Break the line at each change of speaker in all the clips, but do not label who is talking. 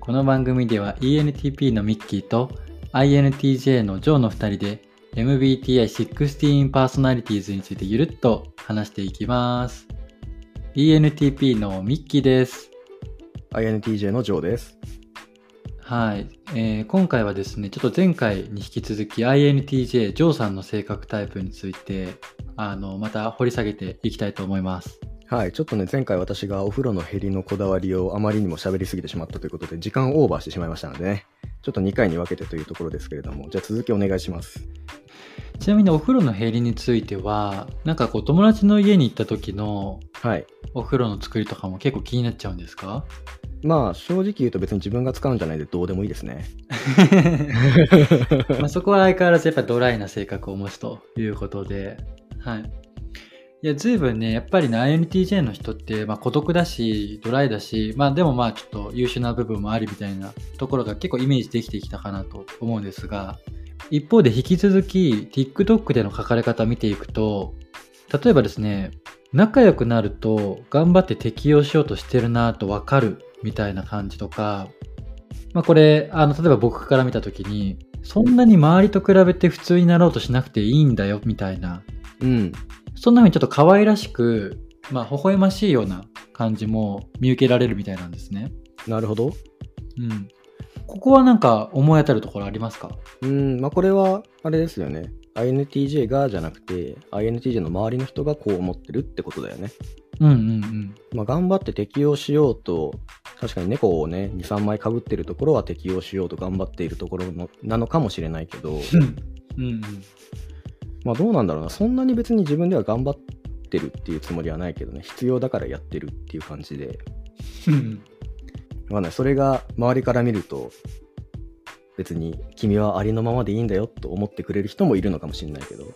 この番組では ENTP のミッキーと INTJ のジョーの2人で MBTI16 パーソナリティーズについてゆるっと話していきます。ENTP のミッキーです。
INTJ のジョーです。
はい、えー今回はですねちょっと前回に引き続き INTJ ジョーさんの性格タイプについてあのまた掘り下げていきたいと思います
はい、ちょっとね、前回私がお風呂の減りのこだわりをあまりにも喋りすぎてしまったということで、時間オーバーしてしまいましたのでね、ちょっと2回に分けてというところですけれども、じゃあ続きお願いします。
ちなみにお風呂の減りについてはなんかこう友達の家に行った時の
はい。
お風呂の作りとかも結構気になっちゃうんですか
まあ、正直言うと別に自分が使うんじゃないでどうでもいいですね。
まあそこは相変わらずやっぱドライな性格を持つということで、はい。いや、随分ね、やっぱりね、INTJ の人って、まあ孤独だし、ドライだし、まあでもまあちょっと優秀な部分もありみたいなところが結構イメージできてきたかなと思うんですが、一方で引き続き TikTok での書かれ方見ていくと、例えばですね、仲良くなると頑張って適応しようとしてるなとわかるみたいな感じとか、まあこれ、あの、例えば僕から見たときに、そんなに周りと比べて普通になろうとしなくていいんだよ、みたいな。
うん。
そんな風にちょっと可愛らしく、まあ、微笑ましいような感じも見受けられるみたいなんですね。
なるほ
う
ど。
ん。ここはなんか思い当たるところありますか
うん、まあ、これは、あれですよね。INTJ がじゃなくて、INTJ の周りの人がこう思ってるってことだよね。
うんうんうん。
まあ、頑張って適用しようと、確かに猫をね、2、3枚被ってるところは適用しようと頑張っているところのなのかもしれないけど、
うんうん。
まあどうなんだろうな、そんなに別に自分では頑張ってるっていうつもりはないけどね、必要だからやってるっていう感じで、
うん
まあね、それが周りから見ると、別に君はありのままでいいんだよと思ってくれる人もいるのかもしれないけど、
い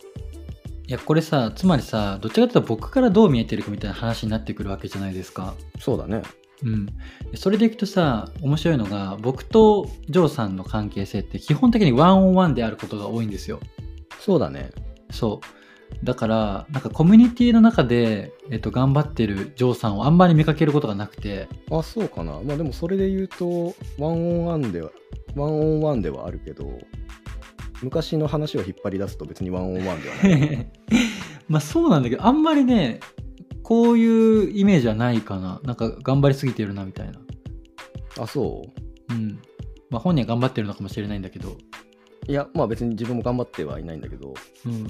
や、これさ、つまりさ、どっちかというと僕からどう見えてるかみたいな話になってくるわけじゃないですか。
そうだね。
うん、でそれでいくとさ面白いのが僕とジョーさんの関係性って基本的にワンオンワンであることが多いんですよ
そうだね。
そうだからなんかコミュニティの中で、えっと、頑張ってるジョーさんをあんまり見かけることがなくて
あ、そうかな。まあでもそれで言うと、ワンオンワンでは、ワンオンワンではあるけど、昔の話を引っ張り出すと別にワンオンワンでは ない。
まあそうなんだけどあんまりねこういうイメージはないかななんか頑張りすぎてるなみたいな
あ、そう
うんまあ本人は頑張ってるのかもしれないんだけど
いや、まあ別に自分も頑張ってはいないんだけど、
うん。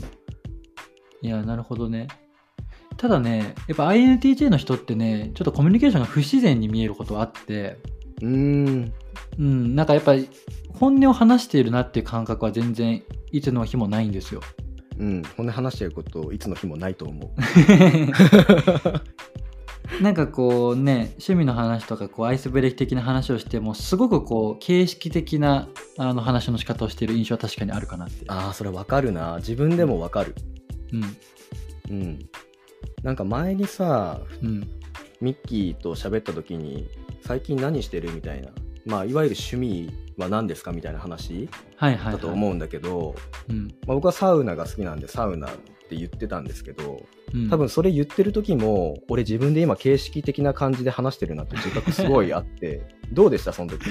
いや、なるほどね。ただね、やっぱ INTJ の人ってね、ちょっとコミュニケーションが不自然に見えることはあって、
うーん、
うん、なんかやっぱり本音を話しているなっていう感覚は全然いつの日もないんですよ。
うん、骨話してることいつの日もないと思
なんかこうね、趣味の話とかこうアイスブレーキ的な話をしても、すごくこう形式的なあの話の仕方をしている印象は確かにあるかなって。
う ああそれわかるな自分でもわかる
うん、
うんなんか前にさ
うん、
ミッキーと喋った時に最近何してるみたいなまあいわゆる趣味は何ですかみたいな話
はいはい、はい。
だと思うんだけど、
うん。
まあ、僕はサウナが好きなんでサウナって言ってたんですけど
うん、
多分それ言ってる時も俺自分で今形式的な感じで話してるなって自覚すごいあって どうでしたその時
い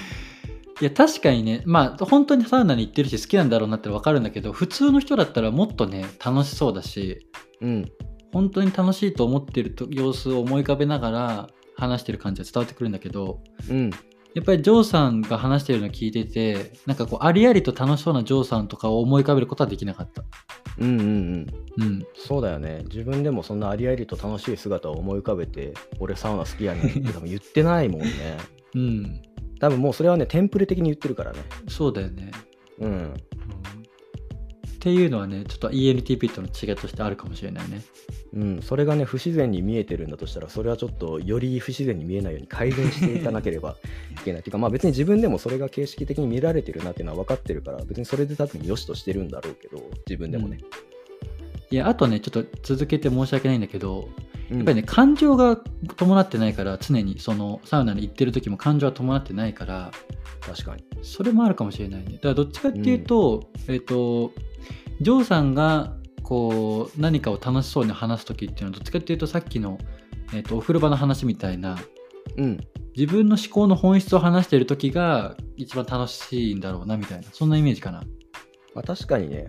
や確かにねまあ本当にサウナに行ってるし好きなんだろうなって分かるんだけど普通の人だったらもっとね楽しそうだし
うん
本当に楽しいと思ってると様子を思い浮かべながら話してる感じは伝わってくるんだけど
うん
やっぱりジョーさんが話してるの聞いててなんかこうありありと楽しそうなジョーさんとかを思い浮かべることはできなかった
うんうんうん
うん
そうだよね自分でもそんなありありと楽しい姿を思い浮かべて俺サウナ好きやねんって多分言ってない もんね
うん
多分もうそれはねテンプレ的に言ってるからね
そうだよね、
うん
うんっていうのはねちょっと ENTP との違いとしてあるかもしれないね
うんそれがね不自然に見えてるんだとしたらそれはちょっとより不自然に見えないように改善していかなければ いけないっていうかまあ別に自分でもそれが形式的に見られてるなっていうのは分かってるから別にそれで多分よしとしてるんだろうけど自分でもね、
いやあとねちょっと続けて申し訳ないんだけど
や
やっぱりね、感情が伴ってないから、常にそのサウナに行ってる時も感情は伴ってないから、
確かに
それもあるかもしれないね。だからどっちかっていうと、えっ、と、ジョーさんが、こう、何かを楽しそうに話す時っていうのは、どっちかっていうと、さっきの、えっ、と、お風呂場の話みたいな、
うん
自分の思考の本質を話している時が一番楽しいんだろうなみたいなそんなイメージかな
まあ、確かにね、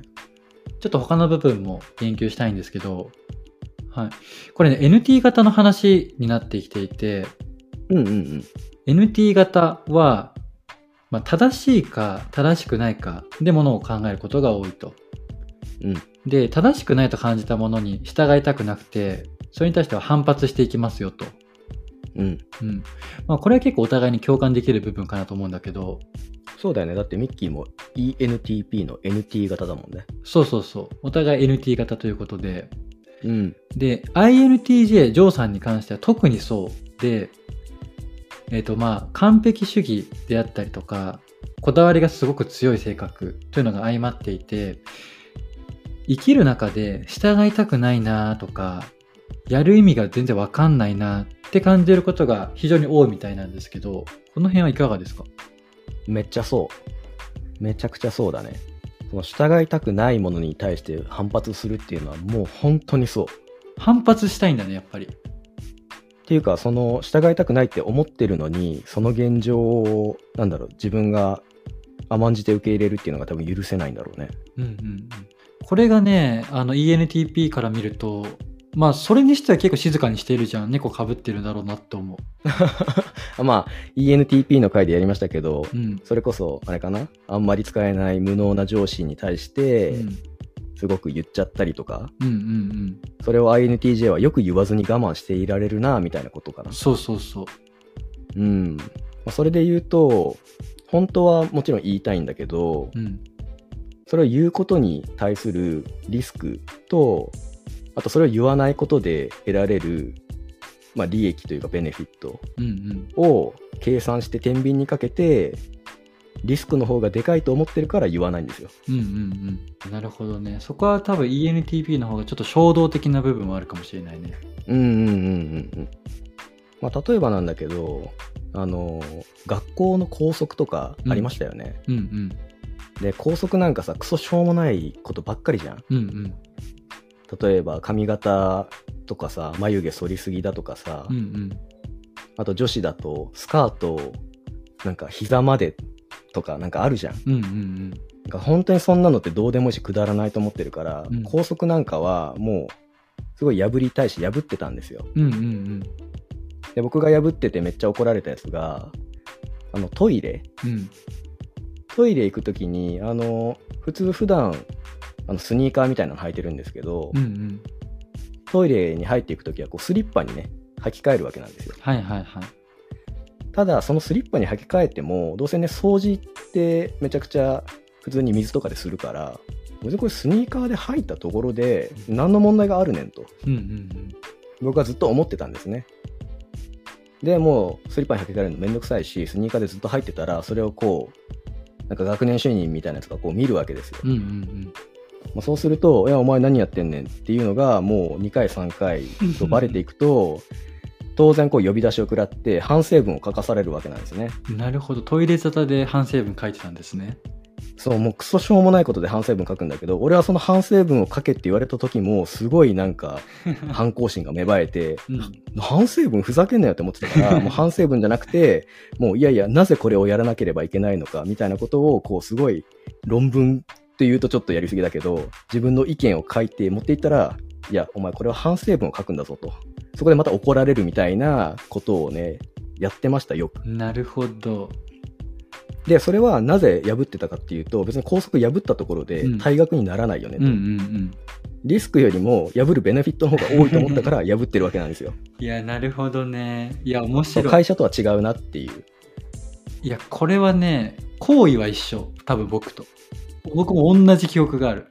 ちょっと他の部分も言及したいんですけど、はい、これね NT 型の話になってきていて
うんうんうん。
NT 型は、まあ、正しいか正しくないかでものを考えることが多いと。
うん
で正しくないと感じたものに従いたくなくてそれに対しては反発していきますよと。
うん。
うんまあ、これは結構お互いに共感できる部分かなと思うんだけど
そうだよね。だってミッキーも ENTP の NT 型だもんね。
そうそうそうお互い NT 型ということで
うん。
で INTJ ジョーさんに関しては特にそうでえっ、とまあ完璧主義であったりとかこだわりがすごく強い性格というのが相まっていて生きる中で従いたくないなとかやる意味が全然わかんないなって感じることが非常に多いみたいなんですけどこの辺はいかがですか
めっちゃそう。めちゃくちゃそうだね。その従いたくないものに対して反発するっていうのはもう本当にそう。
反発したいんだねやっぱり
っていうか、その従いたくないって思ってるのに、その現状を、なんだろう、自分が甘んじて受け入れるっていうのが多分許せないんだろうね。
うんうんうん、これがねあの ENTP から見るとまあそれにしては結構静かにしているじゃん猫かぶってるだろうなって思
あまあ、ENTP の回でやりましたけど、
う、うん
それこそ、あれかなあんまり使えない無能な上司に対して
う、ん
すごく言っちゃったりとか、
うんうんうん
それを INTJ はよく言わずに我慢していられるな、みたいなことかな。
そうそうそう
うん。まあそれで言うと、本当はもちろん言いたいんだけど、
うん
それを言うことに対するリスクと、あとそれを言わないことで得られる、まあ、利益というかベネフィット
うんうん
を計算して天秤にかけて、リスクの方がでかいと思ってるから言わないんですよ。
うんうんうんなるほどねそこは多分 ENTP の方がちょっと衝動的な部分はあるかもしれないね
うんうんうんうんうん。まあ、例えばなんだけど、あの、学校の校則とかありましたよね。
うんうん
で、校則なんかさ、クソしょうもないことばっかりじゃん。
うんうん
例えば髪型とかさ、眉毛剃りすぎだとかさ、
うんうん
あと女子だとスカートをなんか膝までとかなんかあるじゃん。
うんうん
なんか本当にそんなのってどうでもいいしくだらないと思ってるから、
うん
校則なんかはもうすごい破りたいし破ってたんですよ。
うんうんうん
で僕が破っててめっちゃ怒られたやつがあのトイレ
うん
トイレ行く時にあの普通普段あのスニーカーみたいなの履いてるんですけど、
うんうん
トイレに入っていく時はこうスリッパにね履き替えるわけなんですよ
はいはいはい
ただそのスリッパに履き替えてもどうせね掃除ってめちゃくちゃ普通に水とかでするから別にこれスニーカーで履いたところで何の問題があるねんと
うんうん
僕はずっと思ってたんですねでもうスリッパに履き替えるのめんどくさいしスニーカーでずっと入ってたらそれをこうなんか学年主任みたいなやつがこう見るわけですよ、
うんうんうん
まあ、そうすると「いやお前何やってんねん」っていうのがもう2回3回とバレていくと当然こう呼び出しを食らって反省文を書かされるわけなんですね
うんなるほどトイレ沙汰で反省文書いてたんですね
そう、もうクソしょうもないことで反省文書くんだけど、俺はその反省文を書けって言われた時も、すごいなんか、反抗心が芽生えて、
うん
反省文ふざけんなよって思ってたから、もう反省文じゃなくて、 もういやいや、なぜこれをやらなければいけないのか、みたいなことを、こう、すごい論文っていうとちょっとやりすぎだけど、自分の意見を書いて持っていったら、いや、お前これは反省文を書くんだぞと。そこでまた怒られるみたいなことをね、やってましたよく。
なるほど。
で、それはなぜ破ってたかっていうと、別に高速破ったところで
うん
退学にならないよね
う
と、
んうんうん。
リスクよりも破るベネフィットの方が多いと思ったから破ってるわけなんですよ。
いや、なるほどね。いや、面
そう
白い。
会社とは 違うなっていう。
いや、これはね、行為は一緒。多分僕と。僕も同じ記憶がある。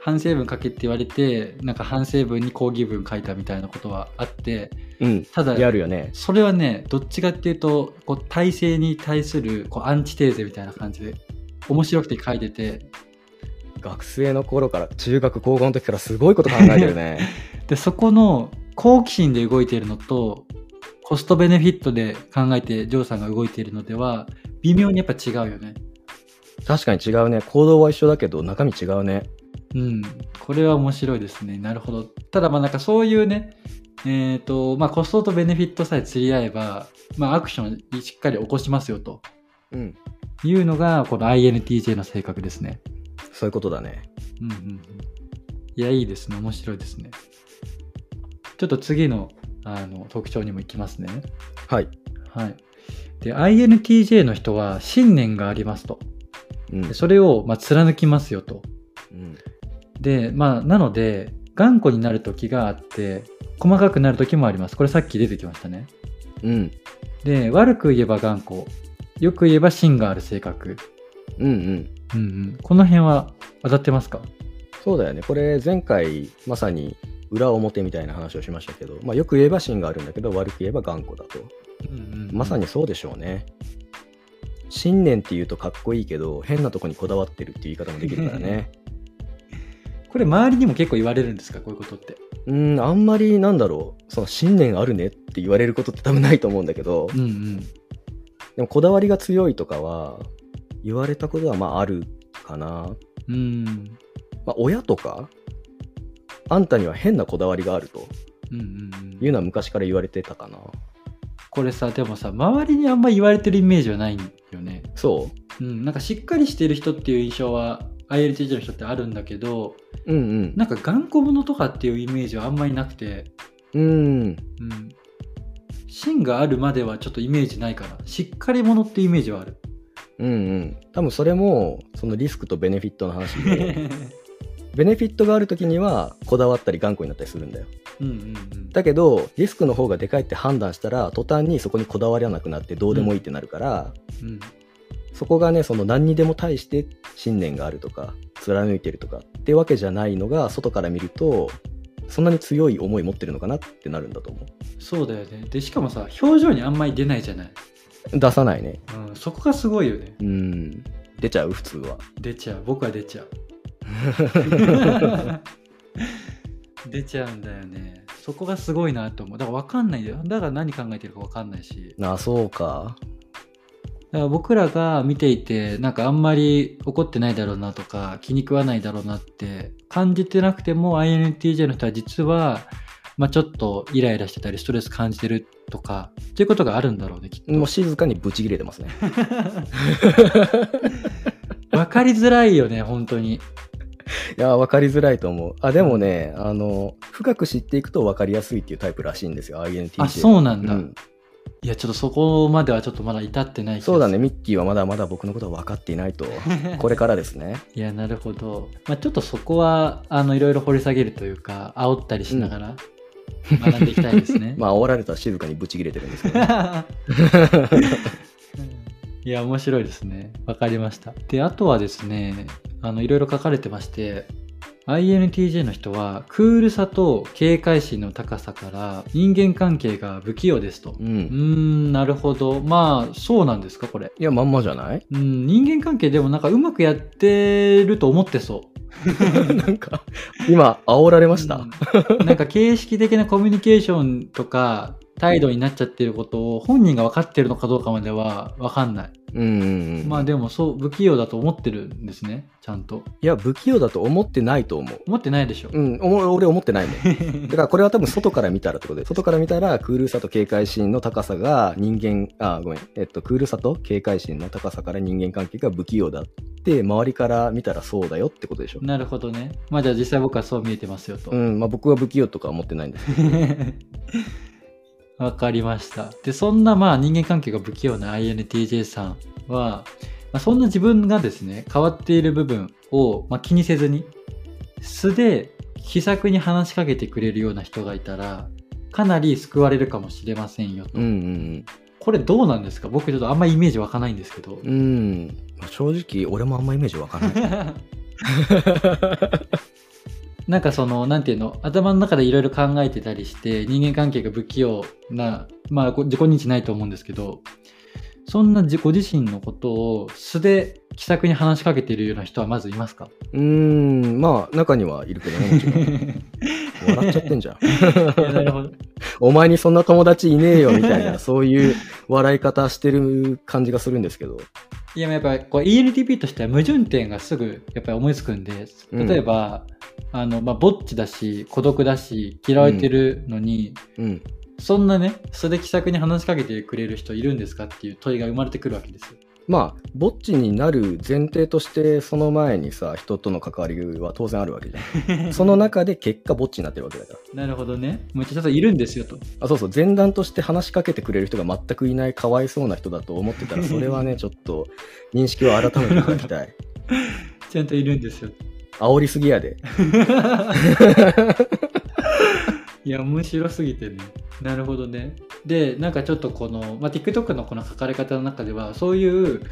反省文書けって言われて、なんか反省文に抗議文書いたみたいなことはあって、
うん。
ただ、
やるよね。
それはね、どっちかっていうと、こう体制に対するこうアンチテーゼみたいな感じで、面白くて書いてて、
学生の頃から、中学、高校の時からすごいこと考えてる ね。
でそこの好奇心で動いているのとコストベネフィットで考えてジョーさんが動いているのでは微妙にやっぱ違うよね
確かに違うね。行動は一緒だけど、中身違うね。
うんこれは面白いですねなるほどただまあなんかそういうねえーとまあ、コストとベネフィットさえ釣り合えば、まあ、アクションしっかり起こしますよと
うん、
いうのがこの INTJ の性格ですね。
そういうことだね。
うんうんうん、いやいいですね面白いですね。ちょっと次のあの特徴にも行きますね。
はい。
はい、で INTJ の人は信念がありますと
うん
でそれをまあ貫きますよと。
うん
でまあなので頑固になる時があって細かくなる時もあります。これさっき出てきましたね。
うん
で悪く言えば頑固よく言えば芯がある性格、
うんうん
うんうん、この辺は当たってますか
そうだよね。これ前回まさに裏表みたいな話をしましたけど、まあ、よく言えば芯があるんだけど悪く言えば頑固だと。まさにそうでしょうね。信念って言うとかっこいいけど変なとこにこだわってるっていう言い方もできるからね。
これ周りにも結構言われるんですかこういうことって
うんあんまりなんだろうその信念あるねって言われることって多分ないと思うんだけど
うんうん
でもこだわりが強いとかは言われたことはまああるかな
うん
まあ、親とかあんたには変なこだわりがあると
うんうん
いうのは昔から言われてたかな
これさでもさ周りにあんま言われてるイメージはないんよね
そ
うんなんかしっかりしてる人っていう印象は ILTJ の人ってあるんだけど
ううん
なんか頑固者とかっていうイメージはあんまりなくて
うんうん
うん芯があるまではちょっとイメージないからしっかり者っていうイメージはあ る
うんうん多分それもそのリスクとベネフィットの話でベネフィットがある時にはこだわったり頑固になったりするんだよ
うんうんうん
だけどリスクの方がでかいって判断したら途端にそこにこだわりはなくなってどうでもいいってなるから、
うん
そこがねその何にでも対して信念があるとか貫いてるとかってわけじゃないのが外から見るとそんなに強い思い持ってるのかなってなるんだと思う
そうだよねでしかもさ表情にあんまり出ないじゃない、
出さないね
うん、そこがすごいよね
うん出ちゃう普通は
出ちゃう僕は出ち ゃう出ちゃうんだよねそこがすごいなと思うだから分かんないんだよだから何考えてるか分かんないし
あそうか
だから僕らが見ていてなんかあんまり怒ってないだろうなとか気に食わないだろうなって感じてなくても INTJ の人は実は、まあ、ちょっとイライラしてたりストレス感じてるとかっていうことがあるんだろうねきっと
もう静かにブチ切れてますね
分かりづらいよね本当に
いや分かりづらいと思うあでもねあの深く知っていくと分かりやすいっていうタイプらしいんですよ INTJ
あそうなんだ、
うん
いやちょっとそこまではちょっとまだ至ってない気がする
そう だねミッキーはまだまだ僕のことは分かっていないとこれからで すね
いやなるほど、まあ、ちょっとそこはあのいろいろ掘り下げるというか煽ったりしながら学んでいきたいですね、
まあ煽られたら静かにブチ切れてるんですけどね
いや面白いですねわかりましたであとはですねあのいろいろ書かれてまして INTJ の人はクールさと警戒心の高さから人間関係が不器用ですと
う
うー
ん
んなるほどまあそうなんですかこれ
いやまんまじゃない
うん、人間関係でもなんかうまくやってると思ってそう。
なんか今煽られました、
うんなんか形式的なコミュニケーションとか態度になっちゃってることを本人が分かってるのかどうかまでは分かんない。
うんうんうん
まあでもそう不器用だと思ってるんですね、ちゃんと。
いや不器用だと思ってないと思う
思ってないでしょ。
うん、おも俺思ってないもん。 だからこれは多分外から見たらってことで、外から見たらクールさと警戒心の高さが人間、あ、ごめん、えっと、クールさと警戒心の高さから人間関係が不器用だって、周りから見たらそうだよってことでしょ。
なるほどね。まあじゃあ実際僕はそう見えてますよと。
うん、まあ僕は不器用とかは思ってないんですけど。
わかりました。で、そんなまあ人間関係が不器用な INTJ さんは、まあ、そんな自分がですね、変わっている部分を、まあ、気にせずに、素で気さくに話しかけてくれるような人がいたら、かなり救われるかもしれませんよと。
うんうん
これどうなんですか僕ちょっとあんまイメージ湧かないんですけど
うん。。うん、まあ正直俺もあんまイメージわからない。
なんかそのなんていうの頭の中でいろいろ考えてたりして人間関係が不器用なまあこ自己認知ないと思うんですけどそんな自己自身のことを素で気さくに話しかけてるような人はまずい ますか
うん、まあ中にはいるけどね、もちろん。笑っちゃってんじ ゃん。
なるほど
お前にそんな友達いねえよみたいな、そういう笑い方してる感じがするんですけど。
いや、やっぱりこう ENTP としては矛盾点がすぐやっぱり思いつくんで、
うん
例えば、あの、まあ、ぼっちだし、孤独だし、嫌われてるのに、
うん。
そんなね、素で気さくに話しかけてくれる人いるんですかっていう問いが生まれてくるわけですよ。
まあ、ぼっちになる前提として、その前にさ、人との関わりは当然あるわけじゃん。その中で結果、ぼっちになってるわけだから。
なるほどね。むっちゃちょっといるんですよと。
あそうそう、前段として話しかけてくれる人が全くいない、かわいそうな人だと思ってたら、それはね、ちょっと認識を改めていただきたい。
ちゃんといるんですよ。
煽りすぎやで。
いや、面白すぎてね。なるほどね。で、なんかちょっとこの、まあ、TikTok のこの書かれ方の中では、そういう、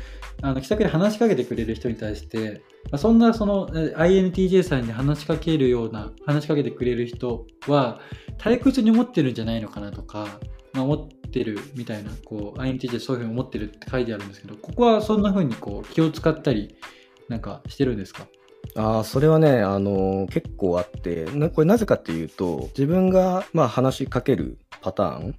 あの、気さくに話しかけてくれる人に対して、まあ、そんなその、え INTJ さんに話しかけるような、話しかけてくれる人は、退屈に思ってるんじゃないのかなとか、まあ、思ってるみたいな、こう、INTJ そういうふうに思ってるって書いてあるんですけど、ここはそんなふうにこう、気を使ったり、なんかしてるんですか
ああ、それはね、あのー結構あって、なこれなぜかっていうと、自分が、まあ、話しかけるパターン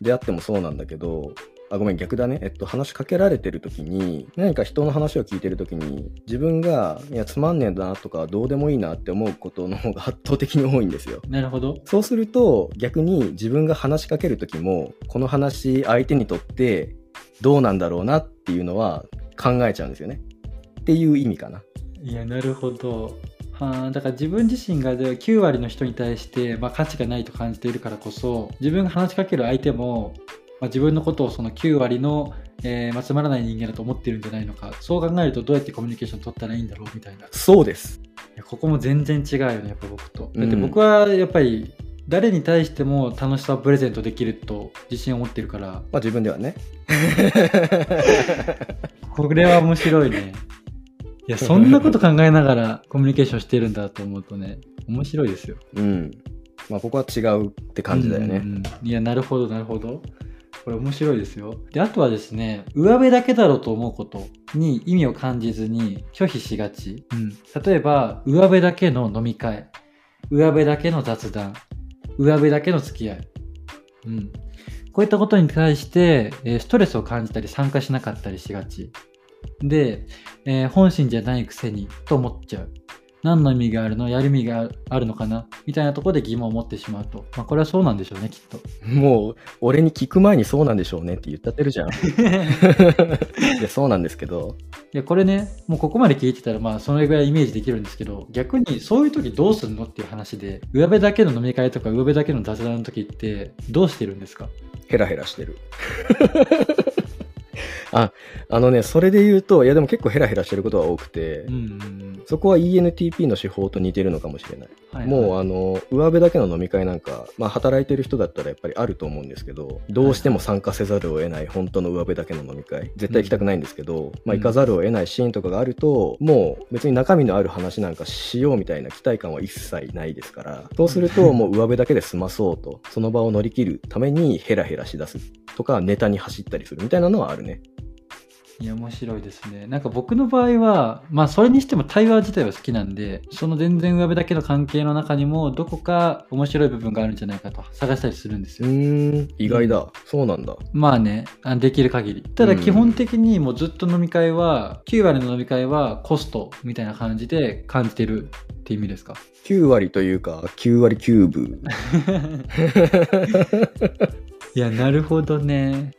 であってもそうなんだけど、あ、ごめん、逆だね。えっと、話しかけられてる時に、何か人の話を聞いてる時に、自分が、いや、つまんねえなとか、どうでもいいなって思うことの方が圧倒的に多いんですよ。
なるほど。
そうすると逆に自分が話しかける時もこの話相手にとってどうなんだろうなっていうのは考えちゃうんですよね。っていう意味かな。
いやなるほどはあだから自分自身がで9割の人に対して、まあ、価値がないと感じているからこそ自分が話しかける相手も、まあ、自分のことをその9割の、えーまあ、つまらない人間だと思ってるんじゃないのかそう考えるとどうやってコミュニケーション取ったらいいんだろうみたいない
そうです。
やここも全然違うよねやっぱ僕とだって
うん
僕はやっぱり誰に対しても楽しさをプレゼントできると自信を持ってるから
まあ自分ではね。
これは面白い ねいやそんなこと考えながらコミュニケーションしてるんだと思うとね面白いですよ
うん。まあここは違うって感じだよ
うん
ね。
うんうんいやなるほどなるほどこれ面白いですよであとはですね上辺だけだろうと思うことに意味を感じずに拒否しがち、うん、例えば上辺だけの飲み会上辺だけの雑談上辺だけの付き合い、うん、こういったことに対して、えーストレスを感じたり参加しなかったりしがちで、えー本心じゃないくせにと思っちゃう何の意味があるのやる意味があるのかなみたいなところで疑問を持ってしまうと。まあ、これはそうなんでしょうね、きっと。
もう俺に聞く前にそうなんでしょうねって言っちゃってる じゃん。いやそうなんですけど。
いや、これね、もうここまで聞いてたら、まあ、そのぐらいイメージできるんですけど、逆にそういう時どうするのっていう話で、上辺だけの飲み会とか上辺だけの雑談の時って、どうしてるんですか
ヘラヘラしてる。 あ、あのね、それで言うと、いやでも結構ヘラヘラしてることは多くて、
うんうんうん。
そこは ENTP の手法と似てるのかもしれない。
はいはい、
もうあの上辺だけの飲み会なんか、まあ、働いてる人だったらやっぱりあると思うんですけどどうしても参加せざるを得ない本当の上辺だけの飲み会絶対行きたくないんですけど、まあ、行かざるを得ないシーンとかがあるともう別に中身のある話なんかしようみたいな期待感は一切ないですからそうするともう上辺だけで済まそうとその場を乗り切るためにヘラヘラしだすとかネタに走ったりするみたいなのはあるね。
いや、面白いですね。なんか僕の場合は、まあ、それにしても対話自体は好きなんで、その全然上辺だけの関係の中にも、どこか面白い部分があるんじゃないかと探したりするんです
う
よ。
ーん意外だ、そうなんだ。
まあね、あできる限り。ただ基本的にもうずっと飲み会は、9割の飲み会はコストみたいな感じで感じてるって意味 ですか
9割というか9割9分
いや、なるほどね。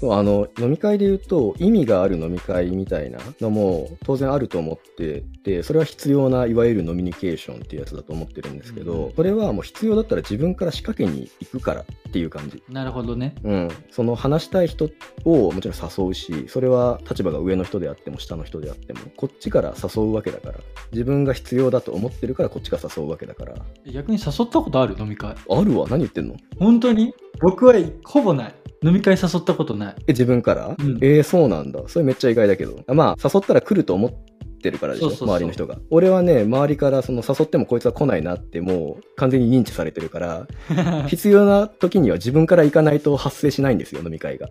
そうあの飲み会で言うと意味がある飲み会みたいなのも当然あると思っててそれは必要ないわゆるノミニケーションっていうやつだと思ってるんですけど、
うん
それはもう必要だったら自分から仕掛けに行くからっていう感じ。
なるほどね。
うん、その話したい人をもちろん誘うしそれは立場が上の人であっても下の人であってもこっちから誘うわけだから自分が必要だと思ってるからこっちが誘うわけだから
逆に誘ったことある飲み会。
あるわ何言ってんの
本当に僕はほぼない。飲み会誘ったことない。
え自分から、
うん
えーそうなんだそれめっちゃ意外だけどあまあ誘ったら来ると思ってるからでし
そ
ょ
うそうそう
周りの人が俺はね周りからその誘ってもこいつは来ないなってもう完全に認知され てるから必要な時には自分から行かないと発生しないんですよ飲み会が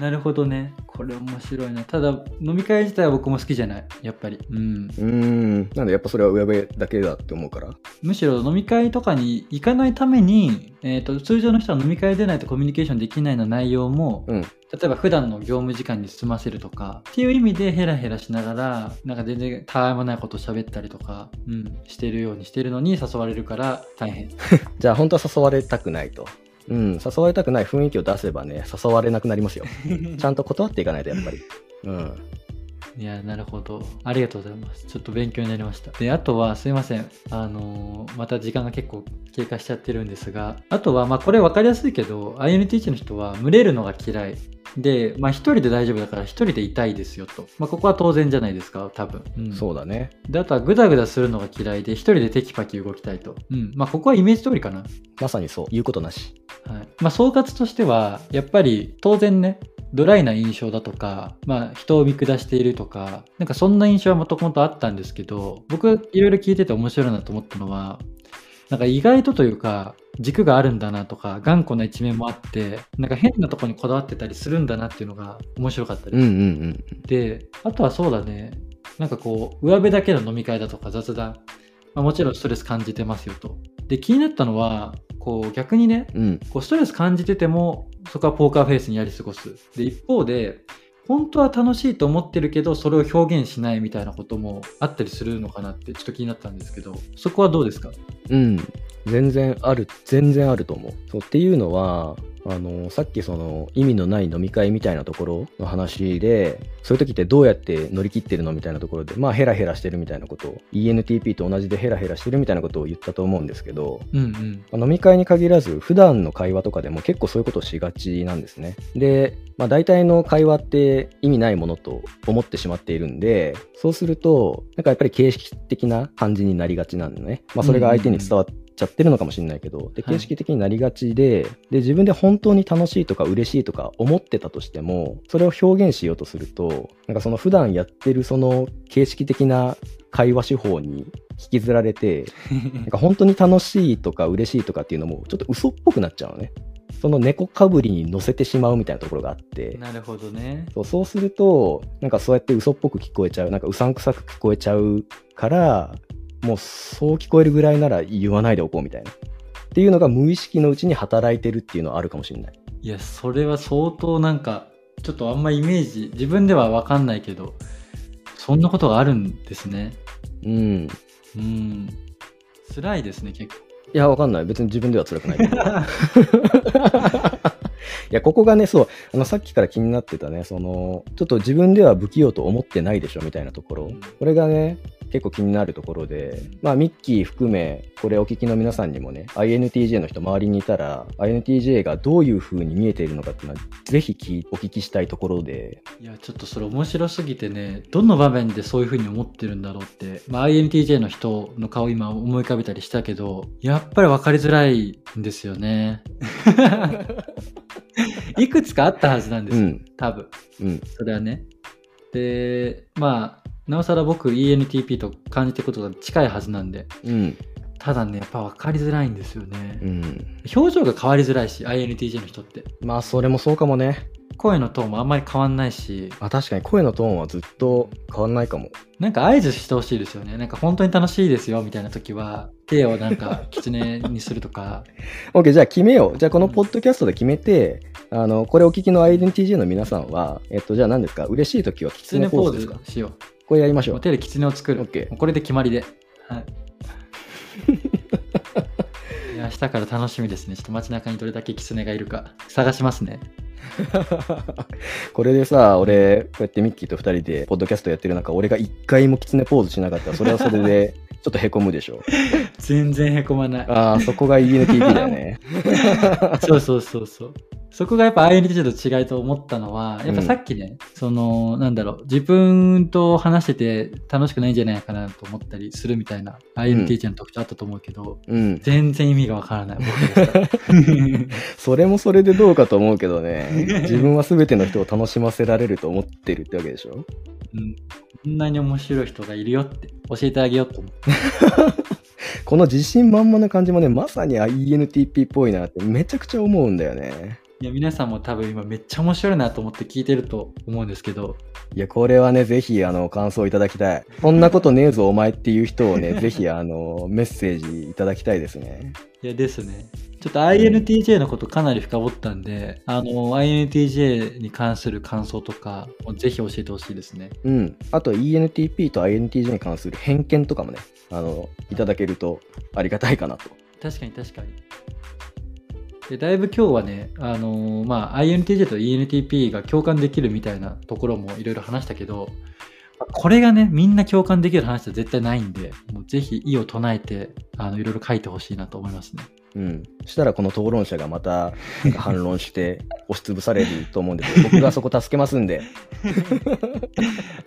なるほどね。これ面白いな。ただ、飲み会自体は僕も好きじゃない。やっぱり。うん。
うーんなんでやっぱそれはうやべだけだって思うから
むしろ飲み会とかに行かないために、えー、と通常の人は飲み会出ないとコミュニケーションできないような内容も、
うん
例えば普段の業務時間に済ませるとかっていう意味でヘラヘラしながらなんか全然たわいもないこと喋ったりとか、うん、してるようにしてるのに誘われるから大変
じゃあ本当は誘われたくないと。うん、誘われたくない雰囲気を出せばね、誘われなくなります よ。ちゃんと断っていかないと、やっぱり。うん。
いやなるほどありがとうございますちょっと勉強になりましたであとはすいませんあのーまた時間が結構経過しちゃってるんですがあとはまあこれ分かりやすいけど INTH の人は群れるのが嫌いでまあ一人で大丈夫だから一人でいたいですよとまあここは当然じゃないですか多分、うん、
そうだね。
であとはグダグダするのが嫌いで一人でテキパキ動きたいとうんまあここはイメージ通りかな
まさにそう。言うことなし。
はいまあ、総括としてはやっぱり当然ねドライな印象だとか、まあ、人を見下しているとかなんかそんな印象はもともとあったんですけど僕いろいろ聞いてて面白いなと思ったのはなんか意外とというか軸があるんだなとか頑固な一面もあってなんか変なとこにこだわってたりするんだなっていうのが面白かったです。
うんうん
であとはそうだねなんかこう上辺だけの飲み会だとか雑談、まあ、もちろんストレス感じてますよと。で気になったのはこう逆にね
うん。うん。
こうストレス感じててもそこはポーカーフェイスにやり過ごすで一方で本当は楽しいと思ってるけどそれを表現しないみたいなこともあったりするのかなってちょっと気になったんですけどそこはどうですか
うん。全然ある、全然あると思う。そうっていうのは、あの、さっきその意味のない飲み会みたいなところの話で、そういう時ってどうやって乗り切ってるのみたいなところで、まあヘラヘラしてるみたいなことを、ENTP と同じでヘラヘラしてるみたいなことを言ったと思うんですけど、
うん
まあ飲み会に限らず普段の会話とかでも結構そういうことをしがちなんですねで、まあ、大体の会話って意味ないものと思ってしまっているんでそうするとなんかやっぱり形式的な感じになりがちなんでね、まあ、それが相手に伝わっちゃってるのかもしれないけどで
はい
形式的になりがちで,、で自分で本当に楽しいとか嬉しいとか思ってたとしてもそれを表現しようとするとなんかその普段やってるその形式的な会話手法に引きずられて
う
なん
ん
か本当に楽しいとか嬉しいとかっていうのもちょっと嘘っぽくなっちゃうのね。その猫かぶりに乗せてしまうみたいなところがあって。
なるほどね
そうそうすると、なんかそうやって嘘っぽく聞こえちゃう、なんかうさんくさく聞こえちゃうから、もうそう聞こえるぐらいなら言わないでおこうみたいな。っていうのが無意識のうちに働いてるっていうのはあるかもしれない。
いやそれは相当なんかちょっとあんまイメージ自分では分かんないけどそんなことがあるんですね
うん。い
うん辛いですね結 構
や、わかんない。別に自分では辛くない けど。いや、ここがね、そう、あの、さっきから気になってたね、その、ちょっと自分では不器用と思ってないでしょみたいなところ。これがね、結構気になるところで、まあ、ミッキー含め、これお聞きの皆さんにもね、INTJ の人周りにいたら、INTJ がどういう風に見えているのかっていうのは、ぜひ聞いお聞きしたいところで、
いやちょっとそれ面白すぎてねどの場面でそういう風に思ってるんだろうって、まあ、INTJ の人の顔今思い浮かべたりしたけどやっぱり分かりづらいんですよね いくつかあったはずなんで
う
すよ、
ん、
多分
うん、
それはねでまあなおさら僕 ENTP と感じてることが近いはずなんで
うん、
ただねやっぱ分かりづらいんですよね、
うん。
表情が変わりづらいし INTJ の人って
まあ、それもそうかもね。
声のトーンもあんまり変わんないし
あ、確かに声のトーンはずっと変わんないかも。
なんか合図してほしいですよね。なんか本当に楽しいですよみたいな時は、手をなん か狐にするとか。
OK、じゃあ決めよう。じゃあこのポッドキャストで決めて、あの、これお聞きの INTJ の皆さんは、えっと、じゃあ何ですか嬉しい時は狐
狐
ポ
ポ
ー
ー
ズですか
ズしよ
これやりまし
う。
ょ
もう
う。
手で狐を作る。
オッケー
もうこれで決まりで。 はい。いや明日から楽しみですね。ちょっと街中にどれだけ狐がいるか探しますね。
これでさ、俺、こうやってミッキーと二人でポッドキャストやってる中、俺が一回も狐ポーズしなかったら、それはそれで、ちょっとへこむでしょ。
全然へこまない。
ああ、そこが ENTP だよね。
そうそうそうそう。そこがやっぱ INTJ と違いと思ったのは、やっぱさっきね、その、なんだろう、自分と話してて楽しくないんじゃないかなと思ったりするみたいな INTJ の特徴あったと思うけど、
うん。
全然意味がわからない僕でし
それもそれでどうかと思うけどね。自分は全ての人を楽しませられると思ってるってわけでしょ。
た、うん、こんなに面白い人がいるよって教えてあげようと思って
この自信満々な感じもね、まさに ENTP っぽいなってめちゃくちゃ思うんだよね。
いや皆さんも多分今めっちゃ面白いなと思って聞いてると思うんですけど、
いや、これはね、ぜひ、あの、感想いただきたい。こんなことねえぞ、お前っていう人をね、ぜひ、あの、メッセージいただきたいですね。
いやですね。ちょっと INTJ のことかなり深掘ったんで、あの、INTJ に関する感想とか、ぜひ教えてほしいですね。
うん。あと、ENTP と INTJ に関する偏見とかもね、あの、いただけるとありがたいかなと。
確かに確かに。でだいぶ今日はね、あのーまあ、INTJ と ENTP が共感できるみたいなところもいろいろ話したけど、まあこれがね、みんな共感できる話は絶対ないんで、もうぜひ意を唱えて、あの、いろいろ書いてほしいなと思いますね。
うん。そしたら、この討論者がまた、なんか反論して、押しつぶされると思うんですけど、僕がそこ助けますんで。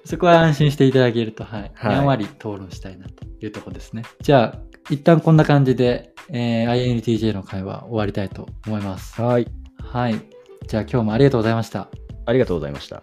そこは安心していただけると、はい。
はい
やんわり討論したいなというところですね。じゃあ、一旦こんな感じで、えー INTJ の会話終わりたいと思います。
はい。
はい。じゃあ今日もありがとうございました。
ありがとうございました。